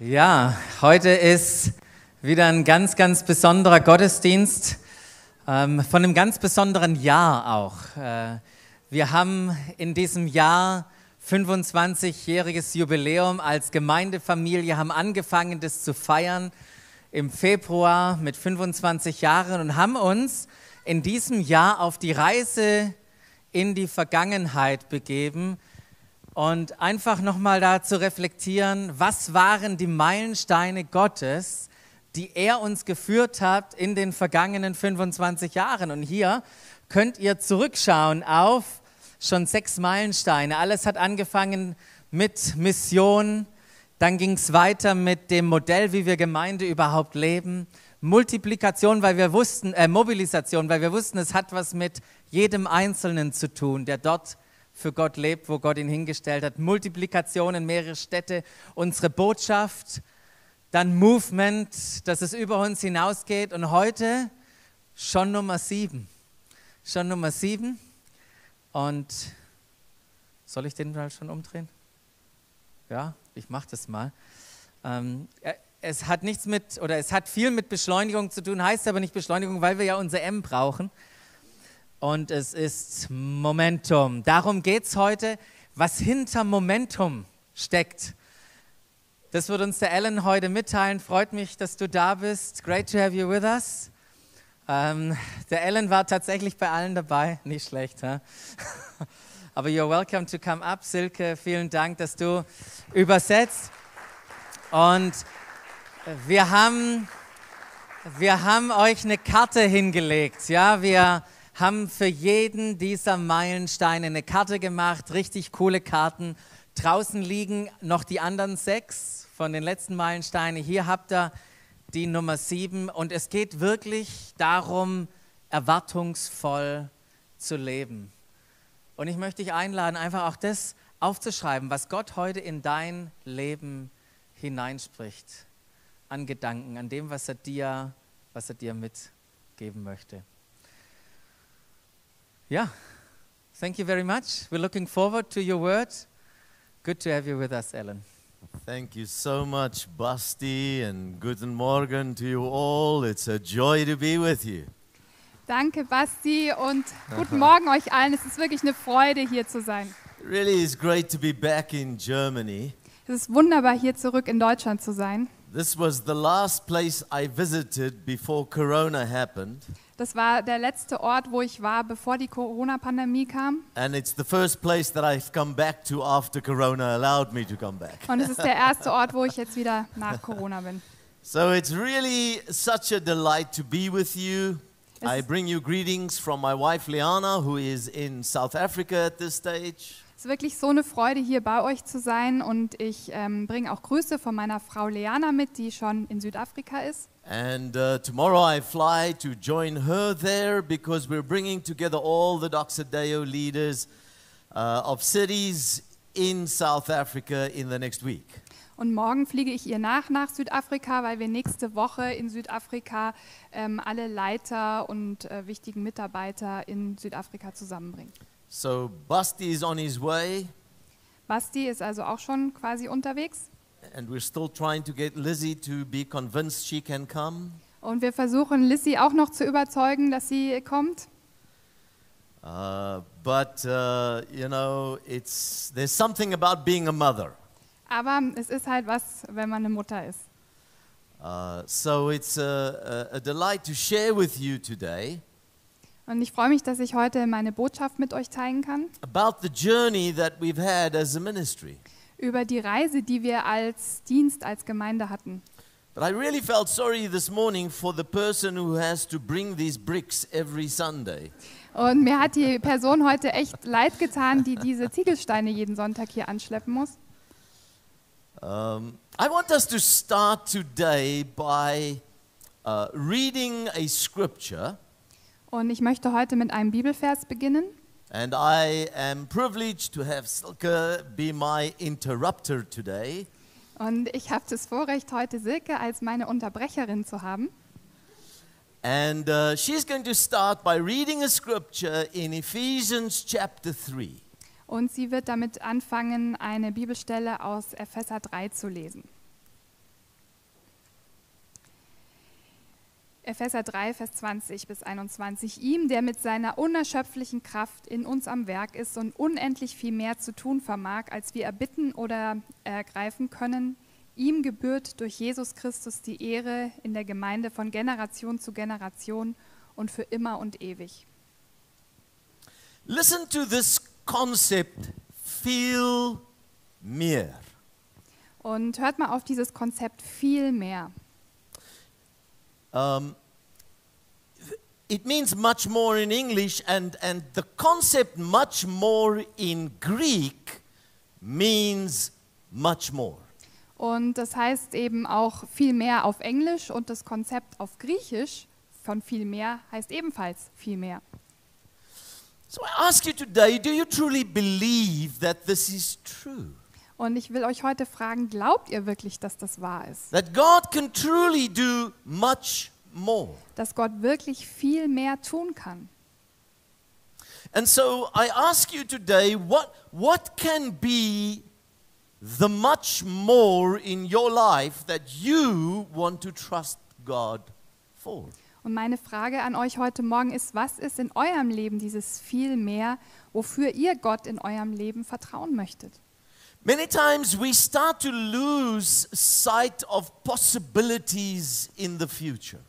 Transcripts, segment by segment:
Ja, heute ist wieder ein ganz, ganz besonderer Gottesdienst ähm, von einem ganz besonderen Jahr auch. Äh, wir haben in diesem Jahr 25-jähriges Jubiläum als Gemeindefamilie, haben angefangen, das zu feiern im Februar mit 25 Jahren und haben uns in diesem Jahr auf die Reise in die Vergangenheit begeben, und einfach nochmal da zu reflektieren, was waren die Meilensteine Gottes, die er uns geführt hat in den vergangenen 25 Jahren. Und hier könnt ihr zurückschauen auf schon sechs Meilensteine. Alles hat angefangen mit Mission, dann ging es weiter mit dem Modell, wie wir Gemeinde überhaupt leben. Multiplikation, weil wir wussten, äh, Mobilisation, weil wir wussten, es hat was mit jedem Einzelnen zu tun, der dort für Gott lebt, wo Gott ihn hingestellt hat. Multiplikation in mehrere Städte, unsere Botschaft, dann Movement, dass es über uns hinausgeht und heute schon Nummer sieben. Schon Nummer sieben. Und soll ich den mal schon umdrehen? Ja, ich mache das mal. Ähm, äh, es hat nichts mit, oder es hat viel mit Beschleunigung zu tun, heißt aber nicht Beschleunigung, weil wir ja unser M brauchen und es ist Momentum. Darum geht es heute, was hinter Momentum steckt. Das wird uns der Alan heute mitteilen. Freut mich, dass du da bist. Great to have you with us. Ähm, der Alan war tatsächlich bei allen dabei. Nicht schlecht, hä? aber you're welcome to come up. Silke, vielen Dank, dass du übersetzt. Und wir haben, wir haben euch eine Karte hingelegt. Ja, wir haben für jeden dieser Meilensteine eine Karte gemacht, richtig coole Karten. Draußen liegen noch die anderen sechs von den letzten Meilensteinen. Hier habt ihr die Nummer sieben und es geht wirklich darum, erwartungsvoll zu leben. Und ich möchte dich einladen, einfach auch das aufzuschreiben, was Gott heute in dein Leben hineinspricht, an Gedanken, an dem, was er dir, was er dir mitgeben möchte. Yeah. Thank you very much. We're looking forward to your word. Good to have you with us, Ellen. Thank you so much, Basti, and guten Morgen to you all. It's a joy to be with you. Danke, Basti, und guten Morgen euch allen. Es ist wirklich eine Freude, hier zu sein. It really is great to be back in Germany. Es ist wunderbar, hier zurück in Deutschland zu sein. This was the last place I visited before Corona happened, Das war der letzte Ort, wo ich war, bevor die Corona-Pandemie kam. and it's the first place that I've come back to after Corona allowed me to come back. Und es ist der erste Ort, wo ich jetzt wieder nach Corona bin. So it's really such a delight to be with you. I bring you greetings from my wife Liana, who is in South Africa at this stage. Es ist wirklich so eine Freude, hier bei euch zu sein. Und ich ähm, bringe auch Grüße von meiner Frau Leana mit, die schon in Südafrika ist. And uh, tomorrow I fly to join her there because we're bringing together all the Doxadeo leaders uh, of cities in South Africa in the next week. Und morgen fliege ich ihr nach nach Südafrika, weil wir nächste Woche in Südafrika ähm, alle Leiter und äh, wichtigen Mitarbeiter in Südafrika zusammenbringen. So Basti is on his way, Basti ist also auch schon quasi unterwegs and we're still trying to get Lizzie to be convinced she can come. und wir versuchen Lissy auch noch zu überzeugen, dass sie kommt. Uh, but uh, you know, it's there's something about being a mother. Aber es ist halt was, wenn man eine Mutter ist. Uh, so it's a, a, a delight to share with you today. Und ich freue mich, dass ich heute meine Botschaft mit euch teilen kann about the journey that we've had as a ministry. über die Reise, die wir als Dienst, als Gemeinde hatten. But I really felt sorry this morning for the person who has to bring these bricks every Sunday. Und mir hat die Person heute echt leid getan, die diese Ziegelsteine jeden Sonntag hier anschleppen muss. Um, I want us to start today by uh, reading a scripture, Und ich möchte heute mit einem Bibelvers beginnen. and I am privileged to have Silke be my interrupter today. Und ich habe das Vorrecht, heute Silke als meine Unterbrecherin zu haben. And uh, she's going to start by reading a scripture in Ephesians chapter 3. Und sie wird damit anfangen, eine Bibelstelle aus Epheser 3 zu lesen. Epheser 3, Vers 20 bis 21. Ihm, der mit seiner unerschöpflichen Kraft in uns am Werk ist und unendlich viel mehr zu tun vermag, als wir erbitten oder ergreifen können, ihm gebührt durch Jesus Christus die Ehre in der Gemeinde von Generation zu Generation und für immer und ewig. Listen to this concept feel mir. Und hört mal auf dieses Konzept viel mehr. Um, it means much more in English, and, and the concept much more in Greek means much more. Und das heißt eben auch viel mehr auf Englisch und das Konzept auf Griechisch von viel mehr heißt ebenfalls viel mehr. So I ask you today do you truly believe that this is true? Und ich will euch heute fragen, glaubt ihr wirklich, dass das wahr ist? That God can truly do much more? Dass Gott wirklich viel mehr tun kann? And so I ask you today what, what can be the much more in your life that you want to trust God for? Und meine Frage an euch heute Morgen ist, was ist in eurem Leben dieses viel mehr, wofür ihr Gott in eurem Leben vertrauen möchtet? Many times we start to lose sight of possibilities in the future.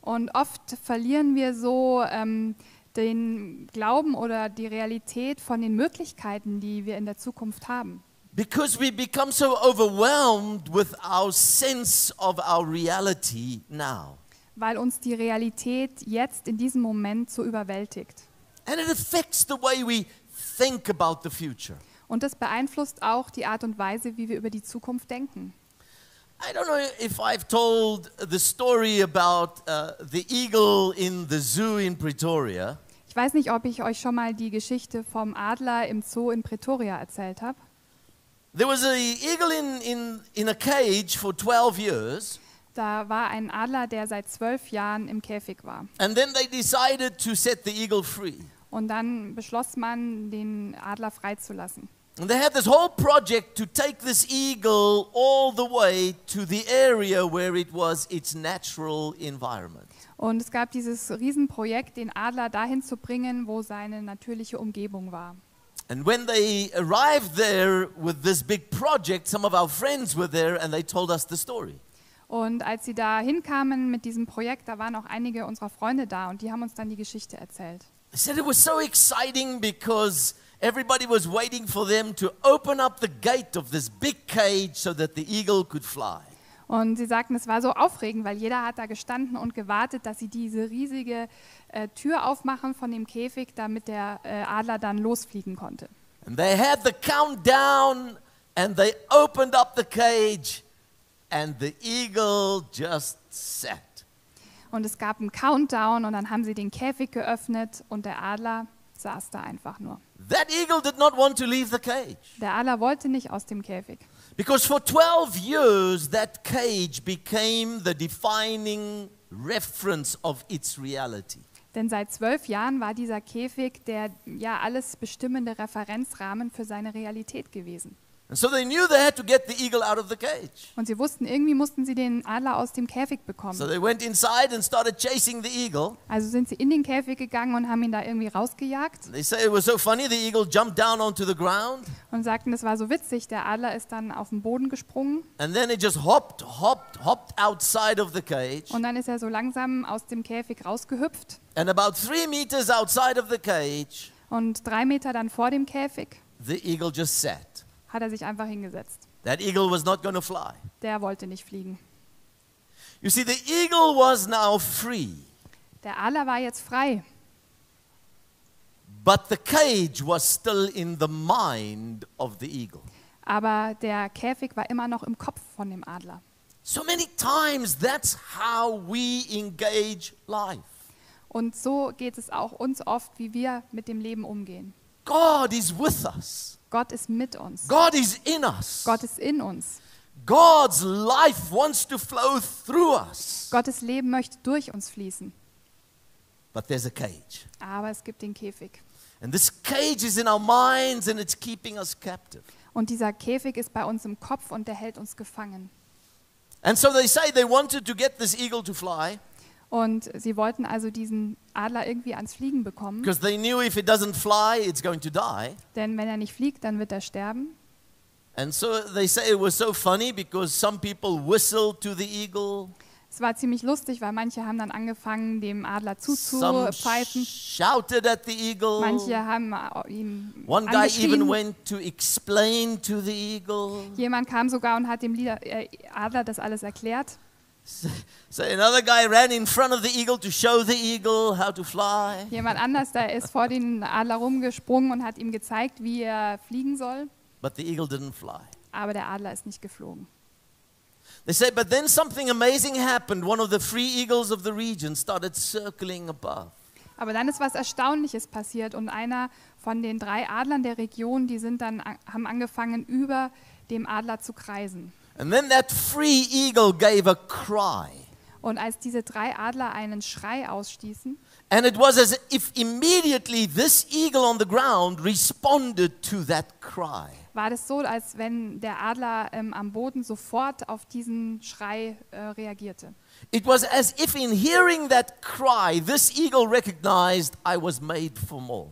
Und oft verlieren wir so ähm, den Glauben oder die Realität von den Möglichkeiten, die wir in der Zukunft haben. Because we become so overwhelmed with our sense of our reality now. weil uns die Realität jetzt in diesem Moment so überwältigt. And it affects the way we think about the future. Und das beeinflusst auch die Art und Weise, wie wir über die Zukunft denken. I don't know if I've told the story about uh, the eagle in the zoo in Pretoria. Ich weiß nicht, ob ich euch schon mal die Geschichte vom Adler im Zoo in Pretoria erzählt habe. There was an eagle in, in, in a cage for 12 years, Da war ein Adler, der seit zwölf Jahren im Käfig war. and then they decided to set the eagle free. Und dann beschloss man, den Adler freizulassen. And they had this whole project to take this eagle all the way to the area where it was its natural environment. Und es gab dieses Riesenprojekt, den Adler dahin zu bringen, wo seine natürliche Umgebung war. And when they arrived there with this big project, some of our friends were there and they told us the story. Und als sie da hinkamen mit diesem Projekt, da waren auch einige unserer Freunde da und die haben uns dann die Geschichte erzählt. They said it was so exciting because everybody was waiting for them to open up the gate of this big cage so that the eagle could fly. Und sie sagten, es war so aufregend, weil jeder hat da gestanden und gewartet, dass sie diese riesige äh, Tür aufmachen von dem Käfig, damit der äh, Adler dann losfliegen konnte. And they had the countdown and they opened up the cage and the eagle just sat. Und es gab einen Countdown und dann haben sie den Käfig geöffnet und der Adler saß da einfach nur. That eagle did not want to leave the cage Der Adler wollte nicht aus dem Käfig. because for 12 years that cage became the defining reference of its reality. Denn seit zwölf Jahren war dieser Käfig der ja alles bestimmende Referenzrahmen für seine Realität gewesen. And so they knew they had to get the eagle out of the cage. Und sie wussten, irgendwie mussten sie den Adler aus dem Käfig So bekommen. they went inside and started chasing the eagle. Also sind sie in den Käfig gegangen und haben ihn da irgendwie rausgejagt They say it was so funny the eagle jumped down onto the ground und sagten, das war so witzig. Der Adler ist dann auf den Boden gesprungen and then it just hopped, hopped, hopped outside of the cage. und dann ist er so langsam aus dem Käfig rausgehüpft And about three meters outside of the cage, und drei Meter dann vor dem Käfig the eagle just sat. hat er sich einfach hingesetzt. That eagle was not going to fly. Der wollte nicht fliegen. You see, the eagle was now free, Der Adler war jetzt frei, but the cage was still in the mind of the eagle. aber der Käfig war immer noch im Kopf von dem Adler. So many times that's how we engage life. Und so geht es auch uns oft, wie wir mit dem Leben umgehen. God is with us. Gott ist mit uns. God is in us. Gott ist in uns. God's life wants to flow through us. Gottes Leben möchte durch uns fließen. But there's a cage. Aber es gibt den Käfig. And this cage is in our minds and it's keeping us captive. Und dieser Käfig ist bei uns im Kopf und der hält uns gefangen. And so they say they wanted to get this eagle to fly, Und sie wollten also diesen Adler irgendwie ans Fliegen bekommen, because they knew if it doesn't fly, it's going to die. denn wenn er nicht fliegt, dann wird er sterben. And so they say it was so funny because some people whistled to the eagle, Es war ziemlich lustig, weil manche haben dann angefangen, dem Adler some zuzupfeifen. shouted at the eagle. Manche haben äh, ihm One guy even angeschrien. went to explain to the eagle. Jemand kam sogar und hat dem Lieder, äh, Adler das alles erklärt. So another guy ran in front of the eagle to show the eagle how to fly. Jemand anders, da ist vor den Adler rumgesprungen und hat ihm gezeigt, wie er fliegen soll. But the eagle didn't fly. Aber der Adler ist nicht geflogen. They say, but then something amazing happened. One of the three eagles of the region started circling above. Aber dann ist was Erstaunliches passiert und einer von den drei Adlern der Region, die sind dann an- haben angefangen über dem Adler zu kreisen. And then that free eagle gave a cry. Und als diese drei Adler einen Schrei ausstießen, And it was as if immediately this eagle on the ground responded to that cry. war das so, als wenn der Adler ähm, am Boden sofort auf diesen Schrei äh, reagierte. It was as if in hearing that cry, this eagle recognized I was made for more.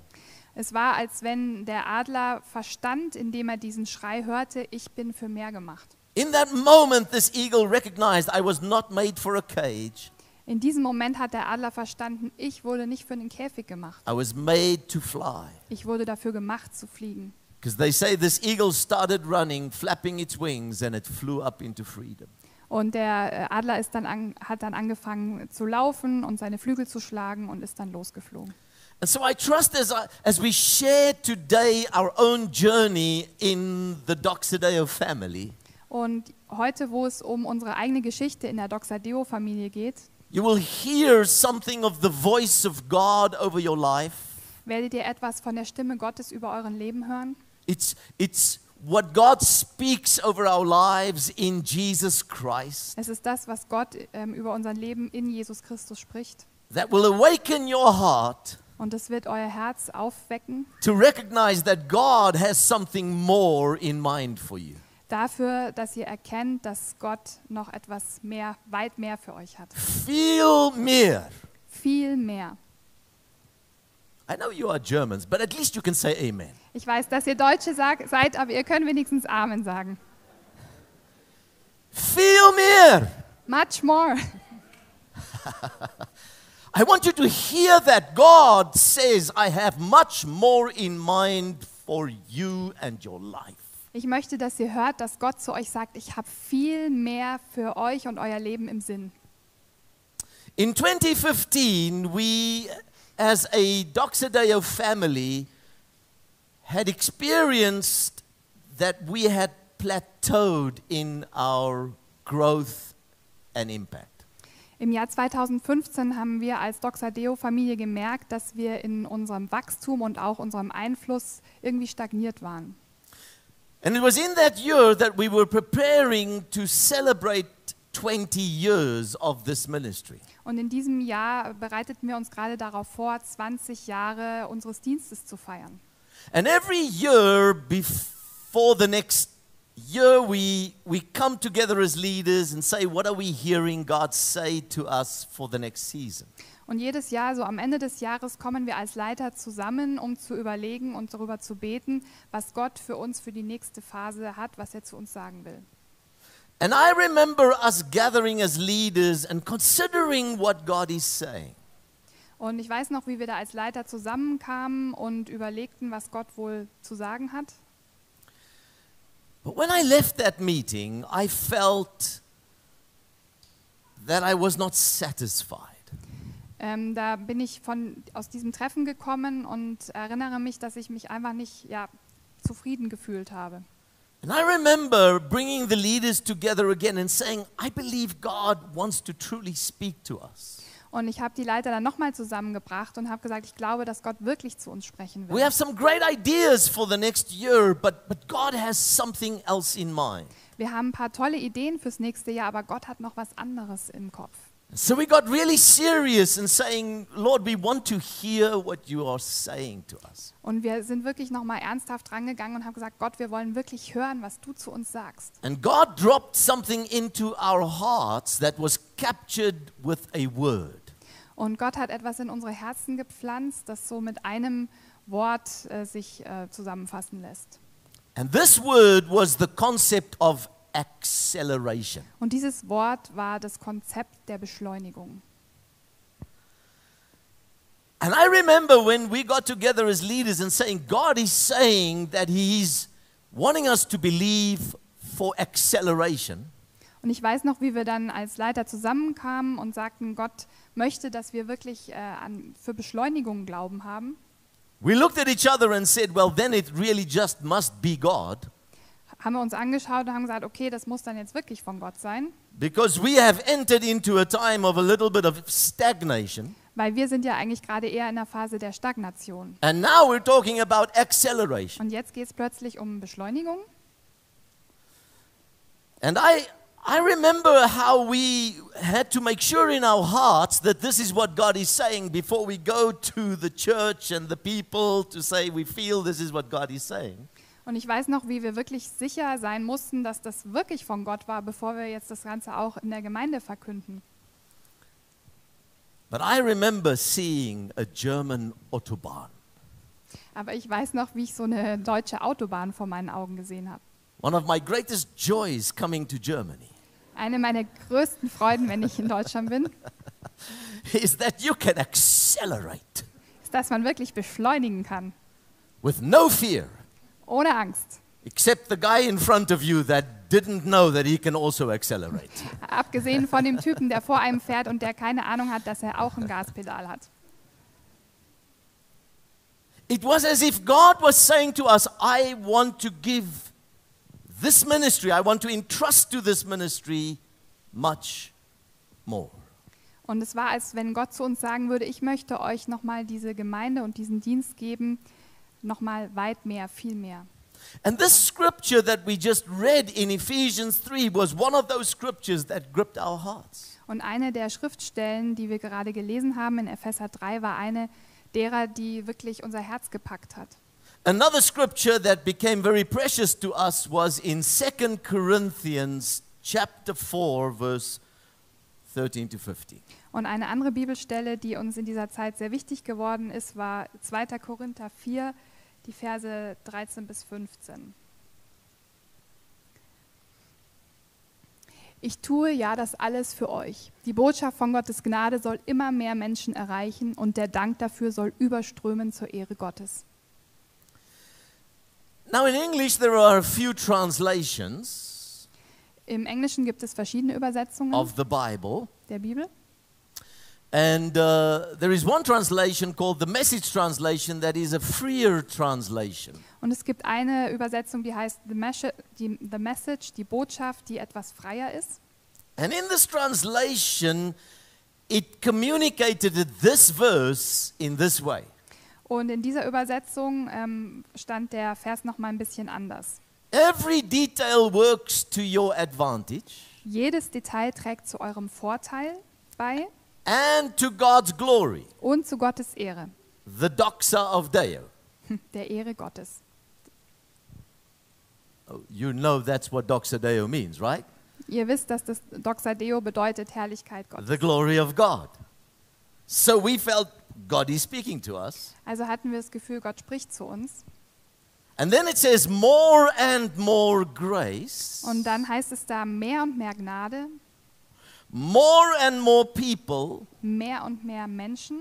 Es war, als wenn der Adler verstand, indem er diesen Schrei hörte, ich bin für mehr gemacht. In that moment, this eagle recognized I was not made for a cage. In diesem Moment hat der Adler verstanden, ich wurde nicht für den Käfig gemacht. I was made to fly. Ich wurde dafür gemacht zu fliegen. Because they say this eagle started running, flapping its wings, and it flew up into freedom. Und der äh, Adler ist dann an, hat dann angefangen zu laufen und seine Flügel zu schlagen und ist dann losgeflogen. And so I trust as, I, as we share today our own journey in the Doxideo family, Und heute, wo es um unsere eigene Geschichte in der Doxadeo-Familie geht, you will hear something of the voice of God over your life. werdet ihr etwas von der Stimme Gottes über euren Leben hören. It's, it's what God speaks over our lives in Jesus Christ Es ist das, was Gott ähm, über unser Leben in Jesus Christus spricht. that will awaken your heart Und es wird euer Herz aufwecken to recognize that God has something more in mind for you. dafür, dass ihr erkennt, dass Gott noch etwas mehr, weit mehr für euch hat. Viel mehr. Viel mehr. I know you are Germans, but at least you can say amen. Ich weiß, dass ihr Deutsche sag, seid, aber ihr könnt wenigstens Amen sagen. Viel mehr. Much more. I want you to hear that God says, I have much more in mind for you and your life. Ich möchte, dass ihr hört, dass Gott zu euch sagt, ich habe viel mehr für euch und euer Leben im Sinn. In 2015, we, as a Doxodeo family, had experienced that we had plateaued in our growth and impact. Im Jahr 2015 haben wir als Doxadeo-Familie gemerkt, dass wir in unserem Wachstum und auch unserem Einfluss irgendwie stagniert waren. And it was in that year that we were preparing to celebrate 20 years of this ministry. Und in diesem Jahr bereiteten wir uns gerade darauf vor, 20 Jahre unseres Dienstes zu feiern. And every year before the next year, we, we come together as leaders and say, What are we hearing God say to us for the next season? Und jedes Jahr, so am Ende des Jahres, kommen wir als Leiter zusammen, um zu überlegen und darüber zu beten, was Gott für uns für die nächste Phase hat, was er zu uns sagen will. And I remember us gathering as leaders and considering what God is saying. Und ich weiß noch, wie wir da als Leiter zusammenkamen und überlegten, was Gott wohl zu sagen hat. But when I left that meeting, I felt that I was not satisfied. Ähm, da bin ich von, aus diesem Treffen gekommen und erinnere mich, dass ich mich einfach nicht ja, zufrieden gefühlt habe. And I remember bringing the leaders together again and saying, I believe God wants to truly speak to us. Und ich habe die Leiter dann nochmal zusammengebracht und habe gesagt, ich glaube, dass Gott wirklich zu uns sprechen We will. have some great ideas for the next year, but, but God has something else in mind. Wir haben ein paar tolle Ideen fürs nächste Jahr, aber Gott hat noch was anderes im Kopf. So we got really serious in saying, Lord, we want to hear what you are saying to us. Und wir sind wirklich nochmal ernsthaft rangegangen und haben gesagt, Gott, wir wollen wirklich hören, was du zu uns sagst. And God dropped something into our hearts that was captured with a word. Und Gott hat etwas in unsere Herzen gepflanzt, das so mit einem Wort äh, sich äh, zusammenfassen lässt. And this word was the concept of acceleration. Und dieses Wort war das Konzept der Beschleunigung. And I remember when we got together as leaders and saying, God is saying that He's wanting us to believe for acceleration. Und ich weiß noch, wie wir dann als Leiter zusammenkamen und sagten, Gott möchte, dass wir wirklich äh, an, für Beschleunigung Glauben haben. We looked at each other and said, well, then it really just must be God Haben wir uns angeschaut und haben gesagt, okay, das muss dann jetzt wirklich von Gott sein, because we have entered into a time of a little bit of stagnation. weil wir sind ja eigentlich gerade eher in der Phase der Stagnation. And now we're talking about acceleration. Und jetzt geht es plötzlich um Beschleunigung. And I, I remember how we had to make sure in our hearts that this is what God is saying before we go to the church and the people to say we feel this is what God is saying. Und ich weiß noch, wie wir wirklich sicher sein mussten, dass das wirklich von Gott war, bevor wir jetzt das Ganze auch in der Gemeinde verkünden. But I remember seeing a German Autobahn. Aber ich weiß noch, wie ich so eine deutsche Autobahn vor meinen Augen gesehen habe. One of my greatest joys coming to Germany Eine meiner größten Freuden, wenn ich in Deutschland bin, is that you can accelerate ist, dass man wirklich beschleunigen kann. with no fear, Ohne Angst. except the guy in front of you that didn't know that he can also accelerate. Abgesehen von dem Typen, der vor einem fährt und der keine Ahnung hat, dass er auch ein Gaspedal hat. It was as if God was saying to us, I want to give this ministry, I want to entrust to this ministry much more. Und es war, als wenn Gott zu uns sagen würde, ich möchte euch nochmal diese Gemeinde und diesen Dienst geben, nochmal weit mehr, viel mehr. And this scripture that we just read in Ephesians 3 was one of those scriptures that gripped our hearts. Und eine der Schriftstellen, die wir gerade gelesen haben in Epheser 3, war eine derer, die wirklich unser Herz gepackt hat. Another scripture that became very precious to us was in 2 Corinthians chapter 4 verse 13 to 15. Und eine andere Bibelstelle, die uns in dieser Zeit sehr wichtig geworden ist, war 2. Korinther 4, die Verse 13 bis 15. Ich tue ja das alles für euch. Die Botschaft von Gottes Gnade soll immer mehr Menschen erreichen und der Dank dafür soll überströmen zur Ehre Gottes. Now in English there are a few translations Im Englischen gibt es verschiedene Übersetzungen of the Bible. der Bibel. And uh, there is one translation called the Message Translation that is a freer translation. Und es gibt eine Übersetzung, die heißt The, Meshe- die, the Message, die Botschaft, die etwas freier ist. And in this translation, it communicated this verse in this way Und in dieser Übersetzung ähm, stand der Vers noch mal ein bisschen anders. Every detail works to your advantage Jedes Detail trägt zu eurem Vorteil bei and to God's glory, und zu Gottes Ehre, the doxa of Deo. der Ehre Gottes. Oh, You know that's what doxa Deo means, right? Ihr wisst, dass das Doxadeo bedeutet Herrlichkeit Gottes. The glory of God. So we felt God is speaking to us. Also hatten wir das Gefühl, Gott spricht zu uns. And then it says, more and more grace, Und dann heißt es da mehr und mehr Gnade, more and more people, mehr und mehr Menschen,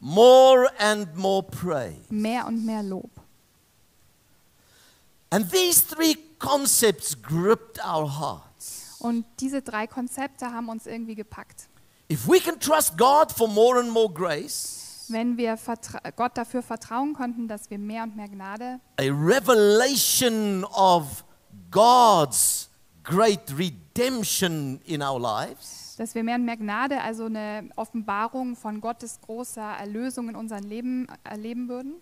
more and more praise. mehr und mehr Lob. And these three concepts gripped our hearts. Und diese drei Konzepte haben uns irgendwie gepackt. If we can trust God for more and more grace, Wenn wir vertra- Gott dafür vertrauen konnten, dass wir mehr und mehr Gnade a revelation of God's great redemption in our lives, dass wir mehr und mehr Gnade, also eine Offenbarung von Gottes großer Erlösung in unserem Leben erleben würden,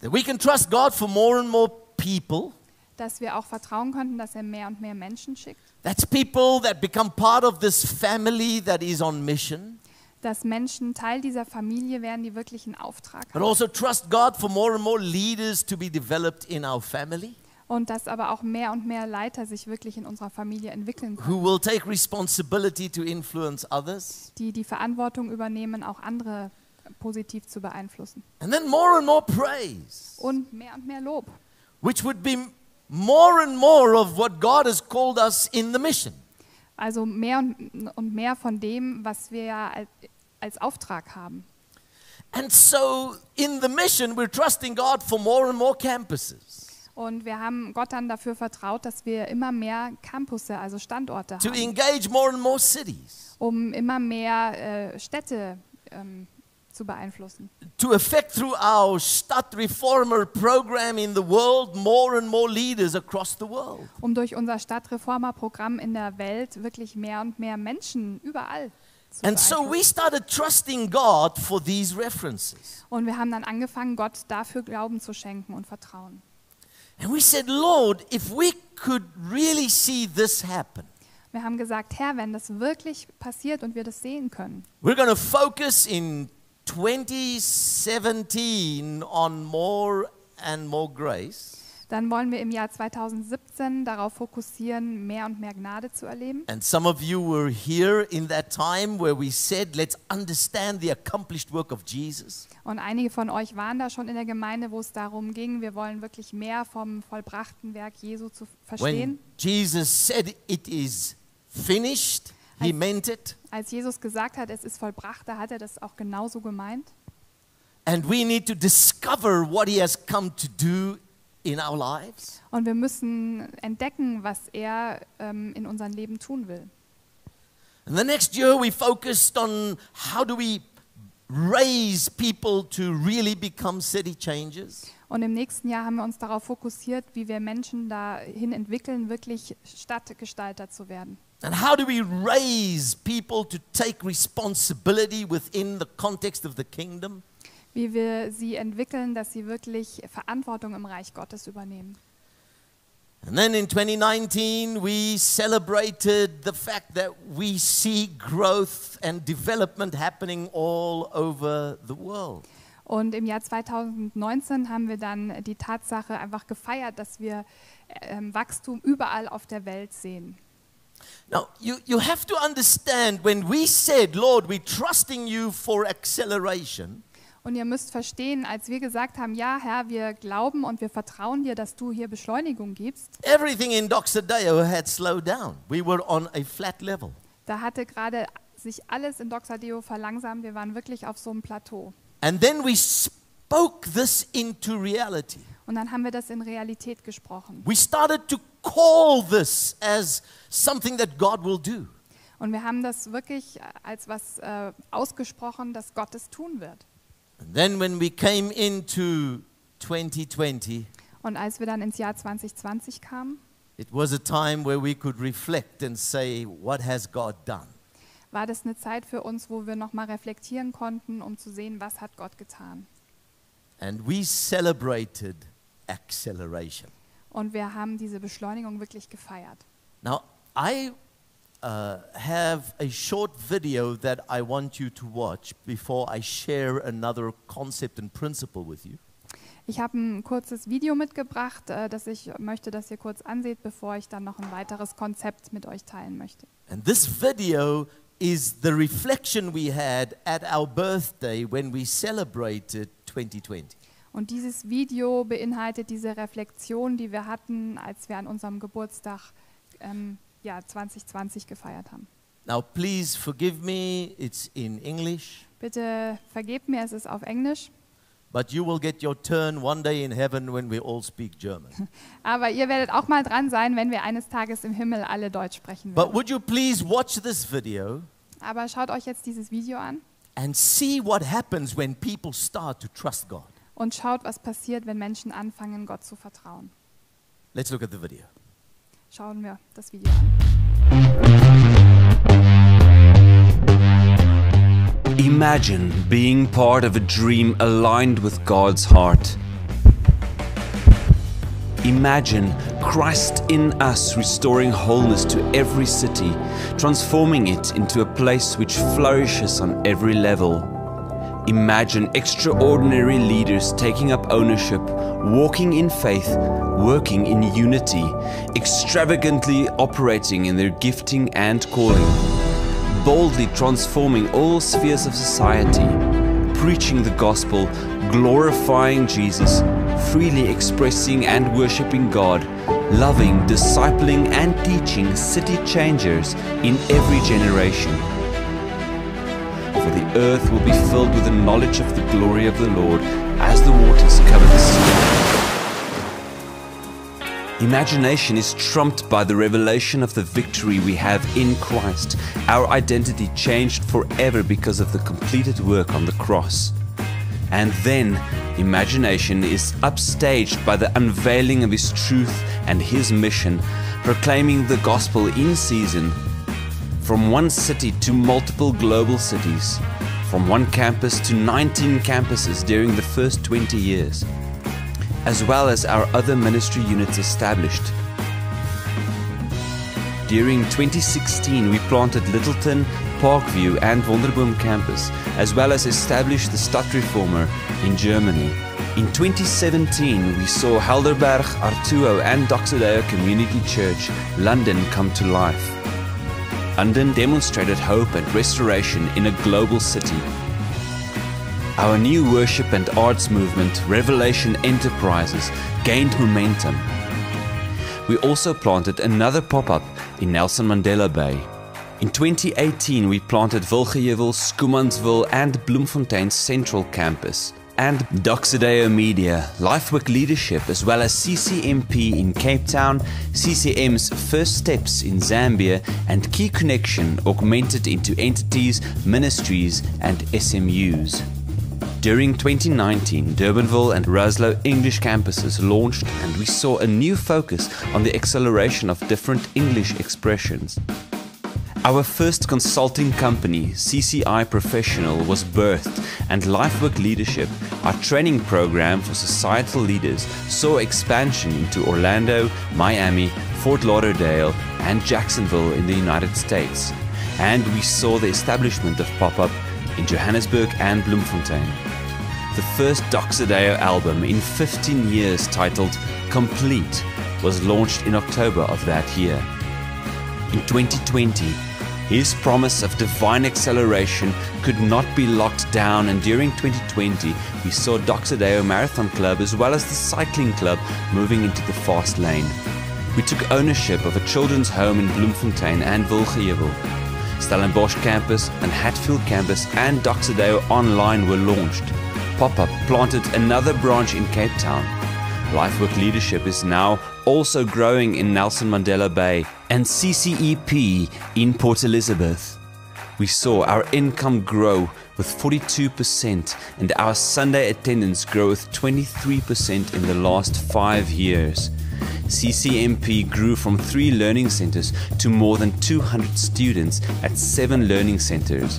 that we can trust God for more and more people. dass wir auch vertrauen könnten, dass er mehr und mehr Menschen schickt, That's people that become part of this family that is on mission. dass Menschen Teil dieser Familie werden, die wirklich einen Auftrag But haben. also trust God for more and more leaders to be developed in our family. und dass aber auch mehr und mehr Leiter sich wirklich in unserer Familie entwickeln, who will take responsibility to influence others. die die Verantwortung übernehmen, auch andere positiv zu beeinflussen. And then more and more praise, Und mehr und mehr Lob, which would be more and more of what God has called us in the mission. also mehr und, und mehr von dem, was wir ja als, als Auftrag haben. And so in the mission, we're trusting God for more and more campuses Und wir haben Gott dann dafür vertraut, dass wir immer mehr Campusse, also Standorte to haben, engage more and more cities, um immer mehr äh, Städte ähm, zu beeinflussen. to affect through our Stadtreformer program in the world more and more leaders across the world. um durch unser Stadtreformerprogramm in der Welt wirklich mehr und mehr Menschen überall zu And so beeinflussen. we started trusting God for these references. Und wir haben dann angefangen, Gott dafür Glauben zu schenken und Vertrauen. And we said, Lord, if we could really see this happen, Wir haben gesagt, Herr, wenn das wirklich passiert und wir das sehen können, we're going to focus in 2017 on more and more grace. dann wollen wir im Jahr 2017 darauf fokussieren, mehr und mehr Gnade zu erleben. And some of you were here in that time where we said, let's understand the accomplished work of Jesus. Und einige von euch waren da schon in der Gemeinde, wo es darum ging, wir wollen wirklich mehr vom vollbrachten Werk Jesu zu When verstehen. Jesus said it is finished, he I- meant it. Als Jesus gesagt hat, es ist vollbracht, da hat er das auch genauso gemeint. And we need to discover what he has come to do in our lives. Und wir müssen entdecken, was er ähm, in unserem Leben tun will. And the next year we focused on how do we raise people to really become city changers. Und im nächsten Jahr haben wir uns darauf fokussiert, wie wir Menschen dahin entwickeln, wirklich Stadtgestalter zu werden. And how do we raise people to take responsibility within the context of the kingdom? Wie wir sie entwickeln, dass sie wirklich Verantwortung im Reich Gottes übernehmen. And then in 2019, we celebrated the fact that we see growth and development happening all over the world. Und im Jahr 2019 haben wir dann die Tatsache einfach gefeiert, dass wir ähm, Wachstum überall auf der Welt sehen. Now, you, you have to understand when we said, Lord, we're trusting you for acceleration, Und ihr müsst verstehen, als wir gesagt haben, ja Herr, wir glauben und wir vertrauen dir, dass du hier Beschleunigung gibst, everything in Doxodeo had slowed down. We were on a flat level. Da hatte gerade sich alles in Doxadeo verlangsamt. Wir waren wirklich auf so einem Plateau. And then we spoke this into reality. Und dann haben wir das in Realität gesprochen. We started to call this as something that God will do. Und wir haben das wirklich als was äh, ausgesprochen, dass Gott es tun wird. And then when we came into 2020, Und als wir dann ins Jahr 2020 kamen, it was a time where we could reflect and say, What has God done? war das eine Zeit für uns, wo wir nochmal reflektieren konnten, um zu sehen, was hat Gott getan. And we celebrated acceleration. Und wir haben diese Beschleunigung wirklich gefeiert. Now, I uh, have a short video that I want you to watch before I share another concept and principle with you. Ich habe ein kurzes Video mitgebracht, äh, das ich möchte, dass ihr kurz anseht, bevor ich dann noch ein weiteres Konzept mit euch teilen möchte. And this video is the reflection we had at our birthday when we celebrated 2020. Und dieses Video beinhaltet diese Reflexion, die wir hatten, als wir an unserem Geburtstag ähm, ja, 2020 gefeiert haben. Now, please forgive me, it's in English, Bitte vergebt mir, es ist auf Englisch, but you will get your turn one day in heaven when we all speak German. aber ihr werdet auch mal dran sein, wenn wir eines Tages im Himmel alle Deutsch sprechen but werden. would you please watch this video Aber schaut euch jetzt dieses Video an and see what happens when people start to trust God? und schaut, was passiert, wenn Menschen anfangen, Gott zu vertrauen. Let's look at the video. Schauen wir das Video an. Imagine being part of a dream aligned with God's heart. Imagine Christ in us restoring wholeness to every city, transforming it into a place which flourishes on every level. Imagine extraordinary leaders taking up ownership, walking in faith, working in unity, extravagantly operating in their gifting and calling, boldly transforming all spheres of society, preaching the gospel, glorifying Jesus, freely expressing and worshiping God, loving, discipling, and teaching city changers in every generation for the earth will be filled with the knowledge of the glory of the Lord as the waters cover the sea. Imagination is trumped by the revelation of the victory we have in Christ, our identity changed forever because of the completed work on the cross. And then, imagination is upstaged by the unveiling of His truth and His mission, proclaiming the gospel in season from one city to multiple global cities, from one campus to 19 campuses during the first 20 years, as well as our other ministry units established. During 2016, we planted Littleton, Parkview, and Wunderboom campus, as well as established the Stadtreformer in Germany. In 2017, we saw Helderberg, Artuo, and Doxodeo Community Church, London, come to life. London demonstrated hope and restoration in a global city. Our new worship and arts movement, Revelation Enterprises, gained momentum. We also planted another pop up in Nelson Mandela Bay. In 2018, we planted Wilgejevel, Schoemansville, and Bloemfontein's Central Campus, and Doxideo Media, Lifework Leadership, as well as CCMP in Cape Town, CCM's First Steps in Zambia, and Key Connection augmented into entities, ministries, and SMUs. During 2019, Durbanville and Roslo English campuses launched, and we saw a new focus on the acceleration of different English expressions. Our first consulting company, CCI Professional, was birthed, and Lifework Leadership, our training program for societal leaders, saw expansion into Orlando, Miami, Fort Lauderdale, and Jacksonville in the United States. And we saw the establishment of Pop Up in Johannesburg and Bloemfontein. The first Doxadeo album in 15 years, titled Complete, was launched in October of that year. In 2020, his promise of divine acceleration could not be locked down, and during 2020, we saw Doxadeo Marathon Club as well as the Cycling Club moving into the fast lane. We took ownership of a children's home in Bloemfontein and Wilgejevel. Stellenbosch campus and Hatfield campus and Doxadeo Online were launched. Pop Up planted another branch in Cape Town. Lifework Leadership is now also growing in Nelson Mandela Bay and CCEP in Port Elizabeth. We saw our income grow with 42% and our Sunday attendance grow with 23% in the last five years. CCMP grew from three learning centers to more than 200 students at seven learning centers.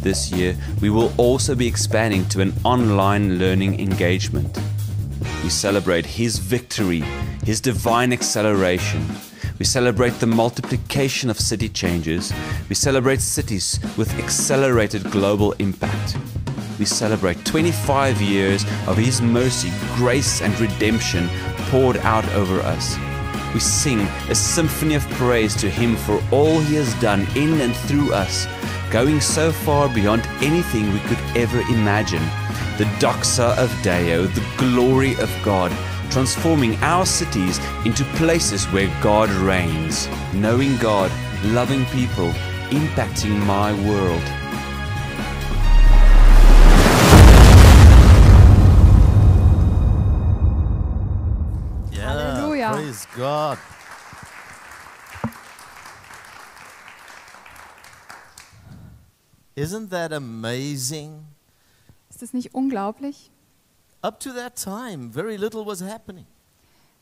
This year, we will also be expanding to an online learning engagement. We celebrate His victory, His divine acceleration. We celebrate the multiplication of city changes. We celebrate cities with accelerated global impact. We celebrate 25 years of His mercy, grace, and redemption poured out over us. We sing a symphony of praise to Him for all He has done in and through us, going so far beyond anything we could ever imagine the doxa of Deo, the glory of God, transforming our cities into places where God reigns, knowing God, loving people, impacting my world. Yeah, Hallelujah. Praise God. Isn't that amazing? Ist das nicht unglaublich? Up to that time, very little was happening.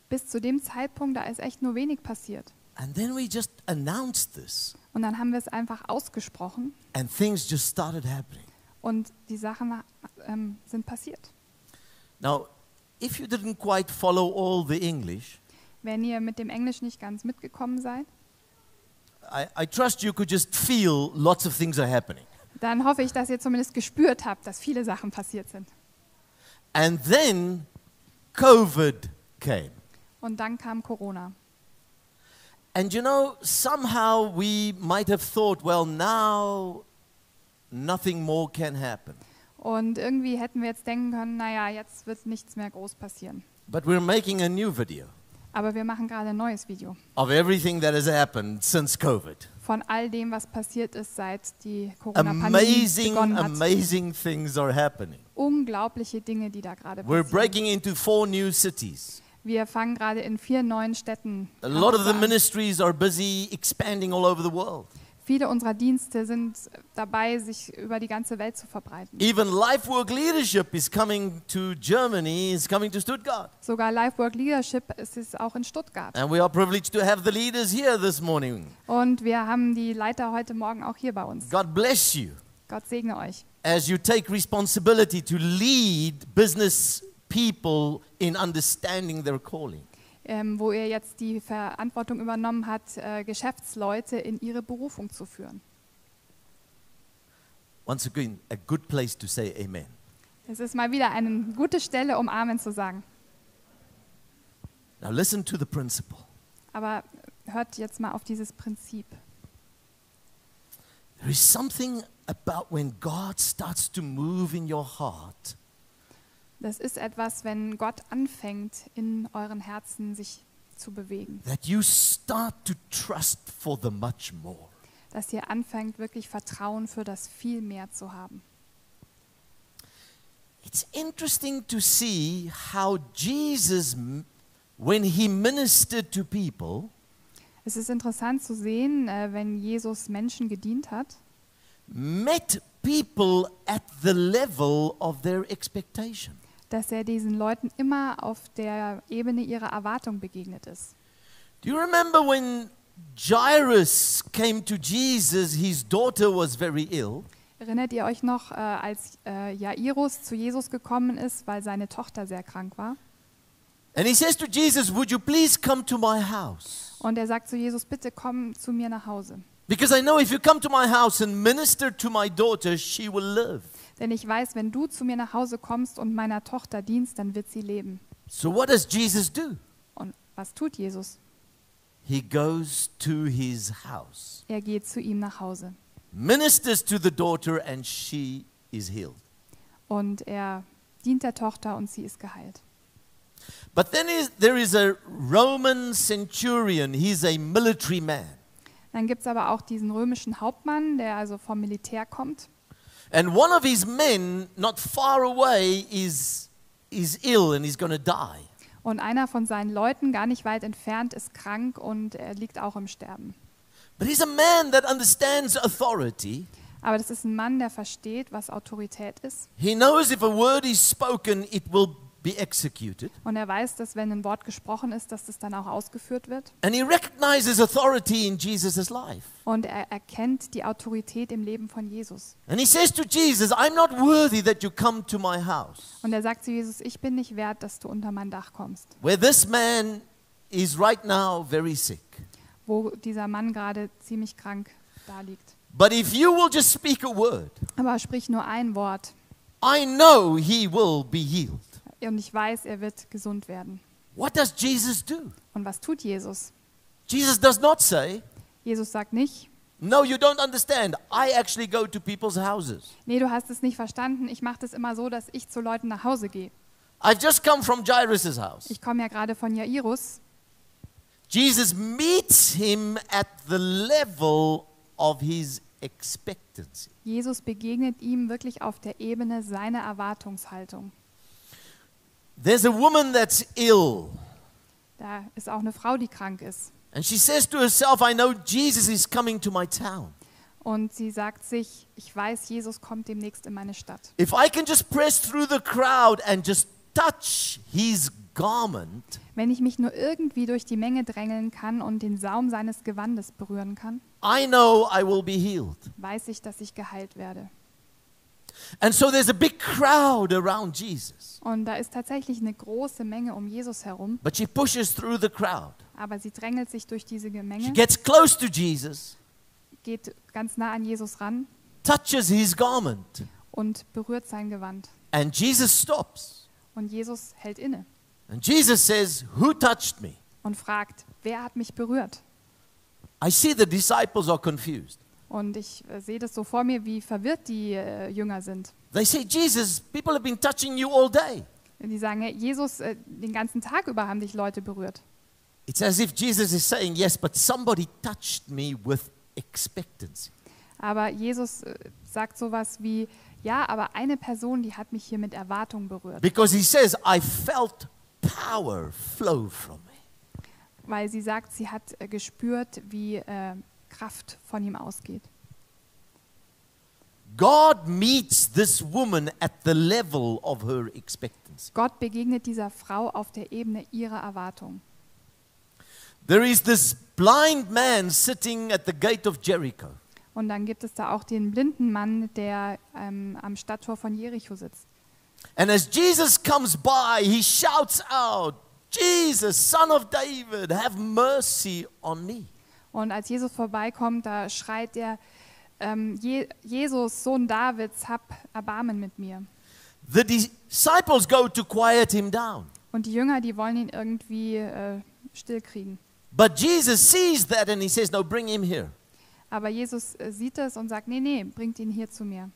Bis zu dem Zeitpunkt, da ist echt nur wenig passiert. And then we just announced this, Und dann haben wir es einfach ausgesprochen and things just started happening. und die Sachen ähm, sind passiert. Now, if you didn't quite follow all the English, Wenn ihr mit dem Englisch nicht ganz mitgekommen seid, I, I trust you could just feel lots of things are happening. dann hoffe ich, dass ihr zumindest gespürt habt, dass viele Sachen passiert sind. And then COVID came. Und dann kam Corona. And you know, somehow we might have thought, well, now nothing more can happen. Und irgendwie hätten wir jetzt denken können, naja, jetzt wird nichts mehr groß passieren. But we're making a new video Aber wir machen gerade ein neues Video of everything that has happened since COVID. von all dem, was passiert ist, seit die Corona-Pandemie Amazing, begonnen hat. amazing things are happening. Unglaubliche Dinge, die da gerade We're passieren. breaking into four new cities. Wir fangen gerade in vier neuen Städten. A lot of the an. ministries are busy expanding all over the world. Viele unserer Dienste sind dabei, sich über die ganze Welt zu verbreiten. Even Life Work Leadership is coming to Germany, is coming to Stuttgart. Sogar Life Work Leadership ist es auch in Stuttgart. And we are privileged to have the leaders here this morning. Und wir haben die Leiter heute Morgen auch hier bei uns. God bless you Gott segne euch. as you take responsibility to lead business people in understanding their calling. Ähm, wo ihr jetzt die Verantwortung übernommen habt, äh, Geschäftsleute in ihre Berufung zu führen. Once again, a good place to say amen. Es ist mal wieder eine gute Stelle, um Amen zu sagen. Now, listen to the principle Aber hört jetzt mal auf dieses Prinzip. there is something about when God starts to move in your heart. Das ist etwas, wenn Gott anfängt, in euren Herzen sich zu bewegen. that you start to trust for the much more. Dass ihr anfängt, wirklich Vertrauen für das viel mehr zu haben. It's interesting to see how Jesus, m- when he ministered to people, Es ist interessant zu sehen, äh, wenn Jesus Menschen gedient hat, met people at the level of their expectation. dass er diesen Leuten immer auf der Ebene ihrer Erwartung begegnet ist. Do you remember when Jairus came to Jesus? His daughter was very ill. Erinnert ihr euch noch, äh, als äh, Jairus zu Jesus gekommen ist, weil seine Tochter sehr krank war? And he says to Jesus, Would you please come to my house? Und er sagt zu Jesus, bitte komm zu mir nach Hause. Because I know if you come to my house and minister to my daughter, she will live. Denn ich weiß, wenn du zu mir nach Hause kommst und meiner Tochter dienst, dann wird sie leben. So, what does Jesus do? Und was tut Jesus? He goes to his house, Er geht zu ihm nach Hause. ministers to the daughter, and she is healed. Und er dient der Tochter und sie ist geheilt. But then is, there is a Roman centurion. He's a military man. Dann gibt es aber auch diesen römischen Hauptmann, der also vom Militär kommt. And one of his men, not far away, is, is ill and he's going to die. Und einer von seinen Leuten, gar nicht weit entfernt, ist krank und er liegt auch im Sterben. But he's a man that understands authority. Aber das ist ein Mann, der versteht, was Autorität ist. He knows if a word is spoken, it will be executed. Und er weiß, dass wenn ein Wort gesprochen ist, dass das dann auch ausgeführt wird. And he recognizes authority in Jesus' life. Und er erkennt die Autorität im Leben von Jesus. And he says to Jesus, I'm not worthy that you come to my house. Und er sagt zu Jesus, ich bin nicht wert, dass du unter mein Dach kommst, Where this man is right now very sick. wo dieser Mann gerade ziemlich krank da liegt. But if you will just speak a word, Aber sprich nur ein Wort I know he will be healed. und ich weiß, er wird gesund werden. What does Jesus do? Und was tut Jesus? Jesus does not say, Jesus sagt nicht, No, you don't understand. I actually go to people's houses. nee, du hast es nicht verstanden, ich mache das immer so, dass ich zu Leuten nach Hause gehe. I've just come from Jairus' house. Ich komme ja gerade von Jairus Jesus meets him at the level of his expectancy. Jesus begegnet ihm wirklich auf der Ebene seiner Erwartungshaltung. There's a woman that's ill. Da ist auch eine Frau, die krank ist. And she says to herself, I know Jesus is coming to my town. Und sie sagt sich, ich weiß, Jesus kommt demnächst in meine Stadt. If I can just press through the crowd and just touch his garment, Wenn ich mich nur irgendwie durch die Menge drängeln kann und den Saum seines Gewandes berühren kann, I know I will be healed. weiß ich, dass ich geheilt werde. And so there's a big crowd around Jesus. Und da ist tatsächlich eine große Menge um Jesus herum, But she pushes through the crowd. aber sie drängelt sich durch diese She Menge, gets close to Jesus, geht ganz nah an Jesus ran touches his garment, und berührt sein Gewand. and Jesus stops. Und Jesus hält inne And Jesus says, Who touched me? und fragt, wer hat mich berührt? I see the disciples are confused. Und ich äh, sehe das so vor mir, wie verwirrt die äh, Jünger sind. They say, Jesus, people have been touching you all day. Wenn die sagen, hey, Jesus, äh, den ganzen Tag über haben dich Leute berührt. It's as if Jesus is saying, Yes, but somebody touched me with expectancy. Aber Jesus äh, sagt sowas wie, ja, aber eine Person, die hat mich hier mit Erwartung berührt. Because he says, I felt power flow from me. Weil sie sagt, sie hat äh, gespürt, wie äh, Kraft von ihm ausgeht. God meets this woman at the level of her expectancy. Gott begegnet dieser Frau auf der Ebene ihrer Erwartung. There is this blind man sitting at the gate of Jericho. Und dann gibt es da auch den blinden Mann, der ähm, am Stadttor von Jericho sitzt. And as Jesus comes by, he shouts out, Jesus, son of David, have mercy on me. Und als Jesus vorbeikommt, da schreit er, ähm, Je Jesus, Sohn Davids, hab Erbarmen mit mir. The disciples go to quiet him down. Und die Jünger, die wollen ihn irgendwie äh, stillkriegen. But Jesus sees that and he says, No, bring him here. Aber Jesus äh, sieht es und sagt, nee, nee, bringt ihn hier zu mir.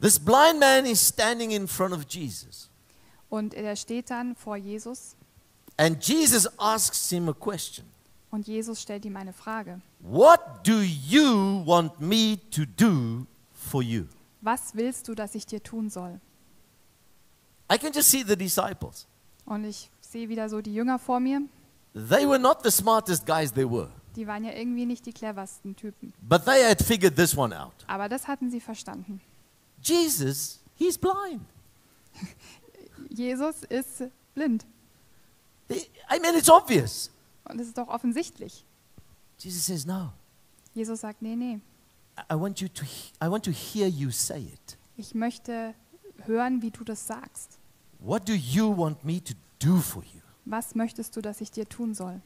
This blind man is standing in front of Jesus. Und er steht dann vor Jesus And Jesus asks him a question und Jesus stellt ihm eine Frage. What do you want me to do for you? Was willst du, dass ich dir tun soll? I can just see the disciples. Und ich sehe wieder so die Jünger vor mir. They were not the smartest guys they were, Die waren ja irgendwie nicht die cleversten Typen. but they had figured this one out. Aber das hatten sie verstanden. Jesus, he's blind. Jesus ist blind. He- I mean, it's obvious. Und es ist doch offensichtlich. Jesus says, No, Jesus sagt, nee, nee, I- I want, you to he- I want to hear you say it. ich möchte hören, wie du das sagst. What do you want me to do for you? Was möchtest du, dass ich dir tun soll?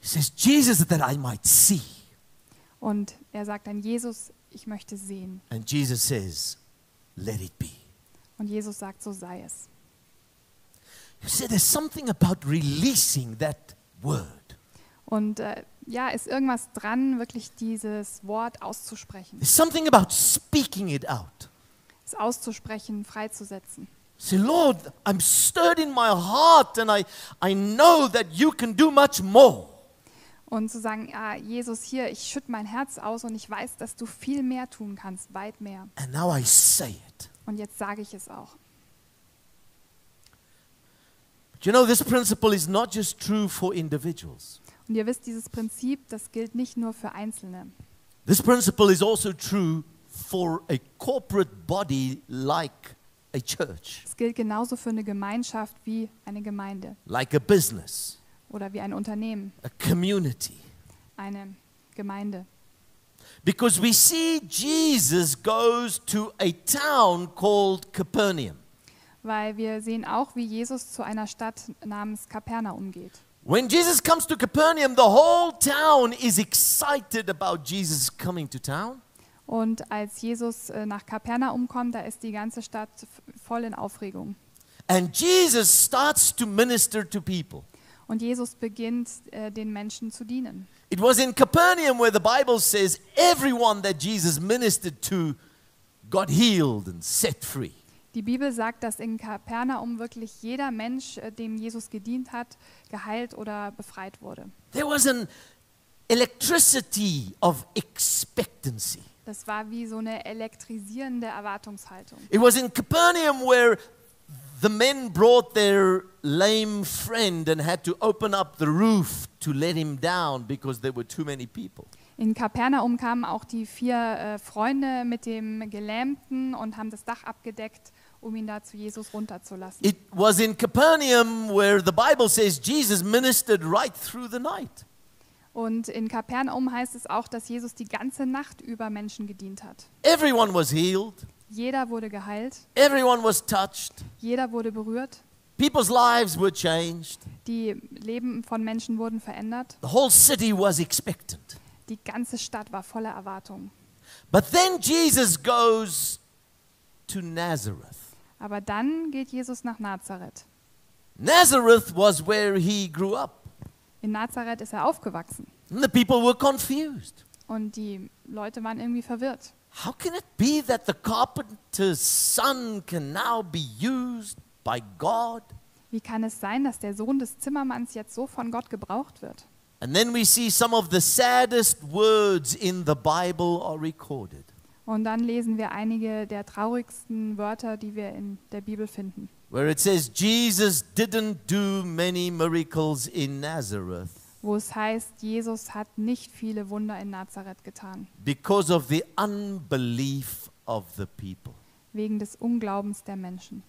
He says, Jesus, that I might see. Und er sagt dann, Jesus, ich möchte sehen. And Jesus says, Let it be. Und Jesus sagt, so sei es. You see, there's something about releasing that word. Und äh, ja, ist irgendwas dran, wirklich dieses Wort auszusprechen, There's something about speaking it out. es auszusprechen, freizusetzen. Say, Lord, I'm stirred in my heart and I, I know that you can do much more. Und zu sagen, ja, Jesus, hier, ich schütte mein Herz aus und ich weiß, dass du viel mehr tun kannst, weit mehr. And now I say it. Und jetzt sage ich es auch. But you know, this principle is not just true for individuals, Und ihr wisst, dieses Prinzip, das gilt nicht nur für Einzelne. this principle is also true for a corporate body like a church, Es gilt genauso für eine Gemeinschaft wie eine Gemeinde like a business, oder wie ein Unternehmen, a community. eine Gemeinde. Because we see Jesus goes to a town called Capernaum. Weil wir sehen auch, wie Jesus zu einer Stadt namens Kapernaum geht. When Jesus comes to Capernaum, the whole town is excited about Jesus coming to town. Und als Jesus äh, nach Kapernaum kommt, da ist die ganze Stadt f- voll in Aufregung. And Jesus starts to minister to people. Und Jesus beginnt, äh, den Menschen zu dienen. It was in Capernaum where the Bible says everyone that Jesus ministered to got healed and set free. Die Bibel sagt, dass in Kapernaum wirklich jeder Mensch, äh, dem Jesus gedient hat, geheilt oder befreit wurde. There was an electricity of expectancy. Das war wie so eine elektrisierende Erwartungshaltung. It was in Capernaum where the men brought their lame friend and had to open up the roof to let him down because there were too many people. In Kapernaum kamen auch die vier äh, Freunde mit dem Gelähmten und haben das Dach abgedeckt, um ihn da zu Jesus runterzulassen. It was in Capernaum where the Bible says Jesus ministered right through the night. Und in Kapernaum heißt es auch, dass Jesus die ganze Nacht über Menschen gedient hat. Everyone was healed, Jeder wurde geheilt, everyone was touched, jeder wurde berührt, people's lives were changed, die Leben von Menschen wurden verändert, the whole city was expectant. die ganze Stadt war voller Erwartung. But then Jesus goes to Nazareth. Aber dann geht Jesus nach Nazareth. Nazareth was where he grew up. In Nazareth ist er aufgewachsen And the people were confused. und die Leute waren irgendwie verwirrt. How can it be that the carpenter's son can now be used by God? Wie kann es sein, dass der Sohn des Zimmermanns jetzt so von Gott gebraucht wird? And then we see some of the saddest words in the Bible are recorded. Und dann lesen wir einige der traurigsten Wörter, die wir in der Bibel finden. where it says Jesus didn't do many miracles in Nazareth wo es heißt, Jesus hat nicht viele Wunder in Nazareth getan, because of the unbelief of the people. wegen des Unglaubens der Menschen.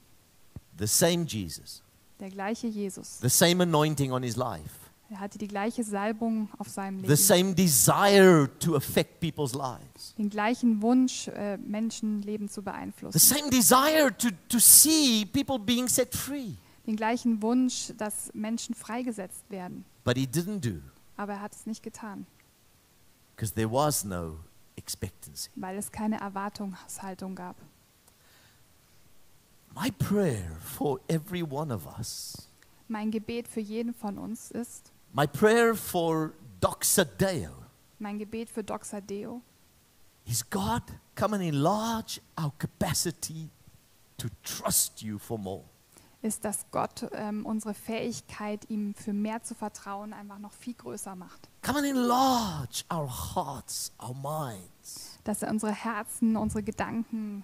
The same Jesus, Der gleiche Jesus, the same anointing on his life, er hatte die gleiche Salbung auf seinem the Leben, same desire to affect people's lives, den gleichen Wunsch, äh, Menschenleben zu the beeinflussen, same desire to, to see people being set free. den gleichen Wunsch, dass Menschen freigesetzt werden. But he didn't do Aber er hat es nicht getan, because there was no expectancy. weil es keine Erwartungshaltung gab. My prayer for every one of us, Mein Gebet für jeden von uns ist, my prayer for Doxadeo, mein Gebet für Doxadeo, Is God, come and enlarge our capacity to trust you for more. ist, dass Gott ähm, unsere Fähigkeit, ihm für mehr zu vertrauen, einfach noch viel größer macht. Come and enlarge our hearts, our minds, dass er unsere Herzen, unsere Gedanken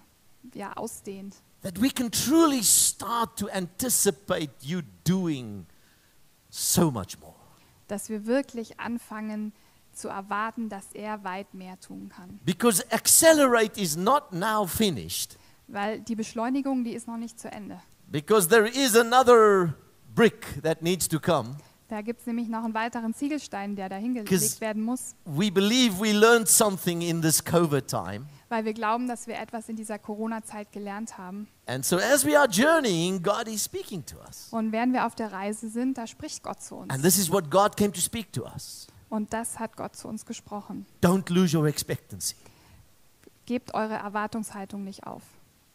ja, ausdehnt, that we can truly start to anticipate you doing so much more. dass wir wirklich anfangen zu erwarten, dass er weit mehr tun kann. Because Accelerate is not now finished, Weil die Beschleunigung, die ist noch nicht zu Ende. because there is another brick that needs to come. Da gibt es nämlich noch einen weiteren Ziegelstein, der da Ges- hingelegt werden muss, We believe we learned something in this COVID time. weil wir glauben, dass wir etwas in dieser Corona-Zeit gelernt haben. And so, as we are journeying, God is speaking to us. Und während wir auf der Reise sind, da spricht Gott zu And uns. this is what God came to speak to us. Und das hat Gott zu uns gesprochen. Don't lose your expectancy. Gebt eure Erwartungshaltung nicht auf.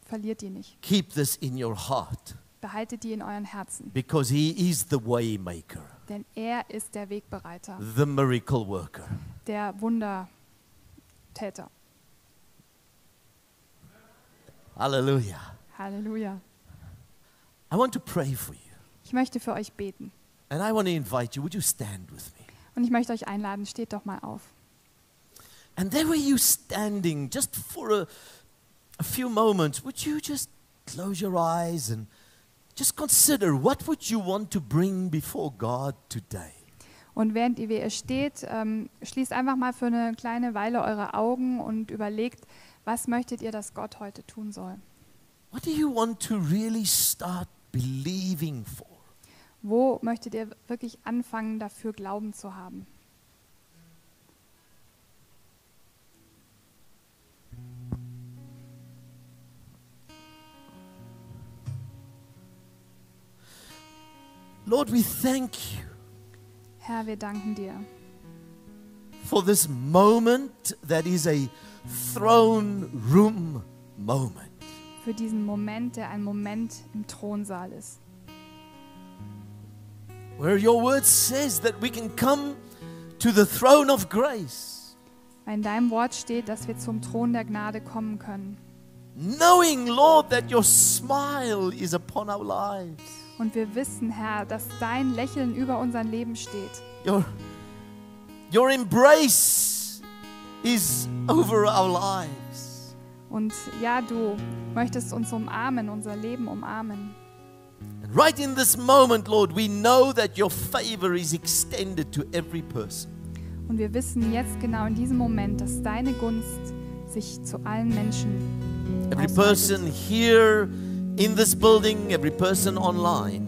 Verliert die nicht. Keep this in your heart Behaltet die in euren Herzen. because He is the way maker, Denn er ist der Wegbereiter. the miracle worker. der Wundertäter. Hallelujah. Halleluja. I want to pray for you Ich möchte für euch beten and I want to invite you. Would you stand with me? und ich möchte euch einladen, steht doch mal auf. And there were you standing just for a, a few moments. Would you just close your eyes and just consider what would you want to bring before God today? Und während ihr, wie ihr steht, ähm, schließt einfach mal für eine kleine Weile eure Augen und überlegt, was möchtet ihr, dass Gott heute tun soll? What do you want to really start believing for? Wo möchtet ihr wirklich anfangen, dafür Glauben zu haben? Lord, we thank you Herr, wir danken dir for this moment that is a throne room moment. für diesen Moment, der ein Moment im Thronsaal ist. Where your word says that we can come to the throne of grace, Weil in deinem Wort steht, dass wir zum Thron der Gnade kommen können. knowing, Lord, that your smile is upon our lives. Und wir wissen, Herr, dass dein Lächeln über unseren Leben steht. Your, your embrace is over our lives. Und ja, du möchtest uns umarmen, unser Leben umarmen. And right in this moment, Lord, we know that your favor is extended to every person. Und wir wissen jetzt genau in diesem Moment, dass deine Gunst sich zu allen Menschen, Every Awesome. person here in this building, every person online,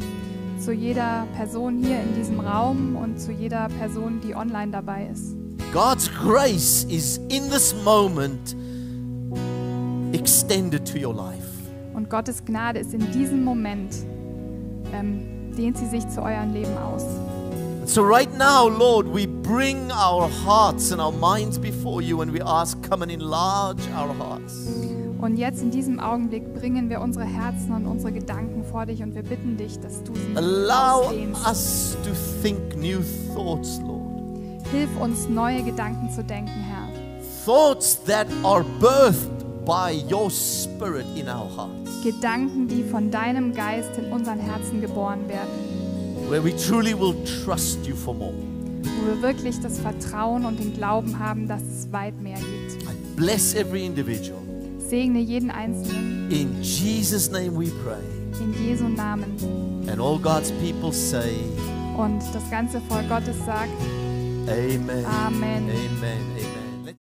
zu jeder Person hier in diesem Raum und zu jeder Person, die online dabei ist. God's grace is in this moment extended to your life. Und Gottes Gnade ist in diesem Moment, ähm, dehnt sie sich zu eurem Leben aus. So, right now, Lord, we bring our hearts and our minds before you and we ask, come and enlarge our hearts. Und jetzt in diesem Augenblick bringen wir unsere Herzen und unsere Gedanken vor dich und wir bitten dich, dass du sie Allow ausdehnst. us to think new thoughts, Lord. Hilf uns, neue Gedanken zu denken, Herr. Thoughts that are birthed by your spirit in our hearts. Gedanken, die von deinem Geist in unseren Herzen geboren werden, Where we truly will trust you for more. wo wir wirklich das Vertrauen und den Glauben haben, dass es weit mehr gibt. I bless every individual. Segne jeden Einzelnen. In Jesus' name we pray. In Jesu Namen. And all God's people say, Und das ganze Volk Gottes sagt, Amen. Amen. Amen. Amen.